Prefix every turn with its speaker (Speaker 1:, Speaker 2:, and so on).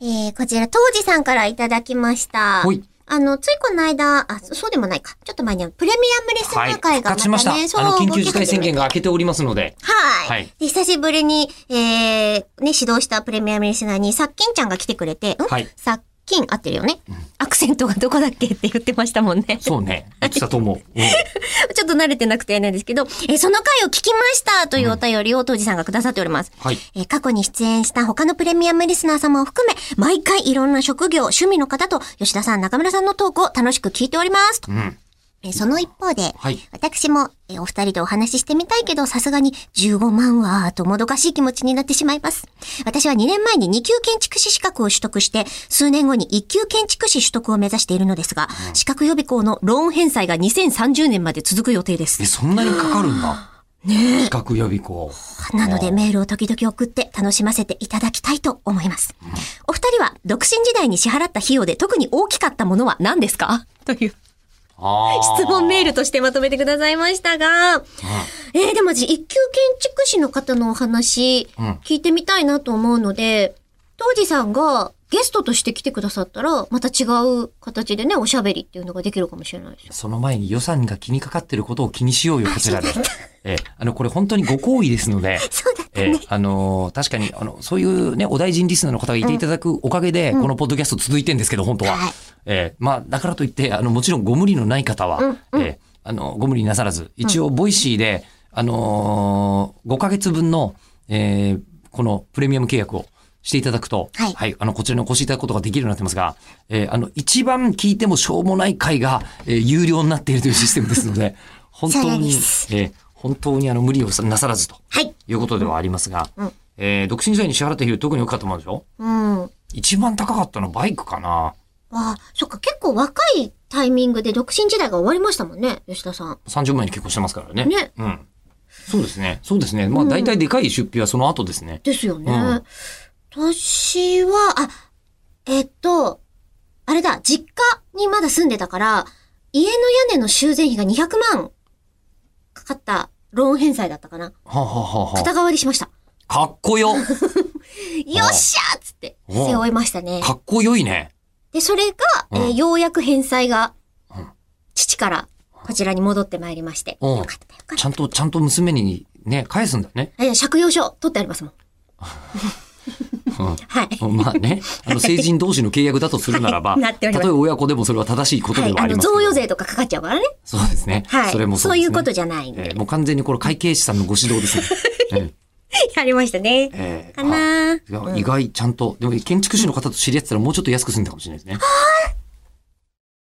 Speaker 1: えー、こちら、当時さんからいただきました。
Speaker 2: はい
Speaker 1: あの、ついこの間、あ、そそうでもないか。ちょっと前に、プレミアムレスナ
Speaker 2: はい。
Speaker 1: ー会
Speaker 2: 復
Speaker 1: がま
Speaker 2: 活
Speaker 1: た
Speaker 2: しました。
Speaker 1: ね、
Speaker 2: あの、緊急事態宣言
Speaker 1: が。
Speaker 2: が明けておりますので。
Speaker 1: はい、
Speaker 2: はい
Speaker 1: で久しぶりに、えー、ね、指導したプレミアムレスナーに、さっきんちゃんが来てくれて、ん
Speaker 2: はい
Speaker 1: さっきん合ってるよね、アクセントがどこだっけって言ってましたもんね。
Speaker 2: そうね。言ってたと思う。うん
Speaker 1: ちょっと慣れてなくてあれなんですけど、えーその回を聞きましたというお便りを当時さんがくださっております。
Speaker 2: はい
Speaker 1: えー過去に出演した他のプレミアムリスナー様を含め、毎回いろんな職業、趣味の方と吉田さん、中村さんのトークを楽しく聞いております。と
Speaker 2: うん。
Speaker 1: えーその一方で、
Speaker 2: はい
Speaker 1: 私も、えーお二人とお話ししてみたいけど、さすがに15万はともどかしい気持ちになってしまいます。私は2年前に2級建築士資格を取得して、数年後に1級建築士取得を目指しているのですが、資格予備校のローン返済が2030年まで続く予定です
Speaker 2: え、。そんなにかかるんだ。ね資格予備校。
Speaker 1: なのでメールを時々送って楽しませていただきたいと思います。お二人は独身時代に支払った費用で特に大きかったものは何ですかという
Speaker 2: あー
Speaker 1: 質問メールとしてまとめてくださいましたが、えー、でも私一級建築士の方のお話
Speaker 2: うん
Speaker 1: 聞いてみたいなと思うので、当時さんがゲストとして来てくださったら、また違う形でね、おしゃべりっていうのができるかもしれないです。
Speaker 2: その前に予算が気にかかってることを気にしようよ、こち らで。ええ、あの、これ本当にご好意ですので。
Speaker 1: そうだった
Speaker 2: ええ
Speaker 1: ね。、
Speaker 2: あのー確かに、あの、そういうね、お大臣リスナーの方がいていただくおかげで、このポッドキャスト続いてんですけど、本当は。
Speaker 1: はい
Speaker 2: ええまあ、だからといって、あの、もちろんご無理のない方は、
Speaker 1: うんうん
Speaker 2: ええあの、ご無理なさらず、一応、ボイシーで、あのー、5ヶ月分の、ええこのプレミアム契約をしていただくと、
Speaker 1: はい
Speaker 2: あの、こちらにお越しいただくことができるようになってますが、ええあの、一番聞いてもしょうもない回が、ええ有料になっているというシステムですので、本当
Speaker 1: そうで
Speaker 2: に、
Speaker 1: す
Speaker 2: ええ本当にあの、無理をなさらずと。
Speaker 1: はい。
Speaker 2: いうことではありますが、
Speaker 1: うん
Speaker 2: えー独身時代に支払った費用特に多かったもんでしょ
Speaker 1: うん。
Speaker 2: 一番高かったのバイクかな
Speaker 1: あ、そっか、結構若いタイミングで独身時代が終わりましたもんね、吉田さん。
Speaker 2: ?30 万円に結婚してますからね。
Speaker 1: ね
Speaker 2: うん。そうですね。そうですね。まあ大体でかい出費はその後ですね。
Speaker 1: ですよね。
Speaker 2: うん
Speaker 1: 私は、あ、えっと、あれだ、実家にまだ住んでたから、家の屋根の修繕費が200万かかったローン返済だったかな。
Speaker 2: はあ、はあはあは
Speaker 1: 肩代わりしました。
Speaker 2: あ、かっこ
Speaker 1: よ
Speaker 2: よ
Speaker 1: っしゃーっつって、
Speaker 2: お
Speaker 1: 背負いましたね。
Speaker 2: かっこよいね。
Speaker 1: で、それが、えー
Speaker 2: うん
Speaker 1: ようやく返済が
Speaker 2: うん、
Speaker 1: 父からこちらに戻ってまいりまして。
Speaker 2: うん
Speaker 1: よかったよかっ
Speaker 2: ちゃんと、ちゃんと娘にね、返すんだね。
Speaker 1: た。え借用書取ってありますもん。
Speaker 2: うん
Speaker 1: はい。
Speaker 2: まあね、あの成人同士の契約だとするならば、
Speaker 1: はいなってお
Speaker 2: た
Speaker 1: ります
Speaker 2: とえ親子でもそれは正しいこと
Speaker 1: は
Speaker 2: で
Speaker 1: い。
Speaker 2: はあ
Speaker 1: あ
Speaker 2: り
Speaker 1: の、
Speaker 2: ますけど、
Speaker 1: 贈与税とかかかっちゃうからね。
Speaker 2: そうですね。
Speaker 1: はい。
Speaker 2: それもそ
Speaker 1: そう
Speaker 2: うですね。
Speaker 1: いうことじ
Speaker 2: ゃ
Speaker 1: ゃないんで
Speaker 2: え。ーもう完全にこれ会計士さんのご指導です ね。うん
Speaker 1: やりましたね。
Speaker 2: えー
Speaker 1: かなー
Speaker 2: いや、意外、ちゃんと。でも、建築士の方と知り合ってたら、もうちょっと安く済んだかもしれないですね。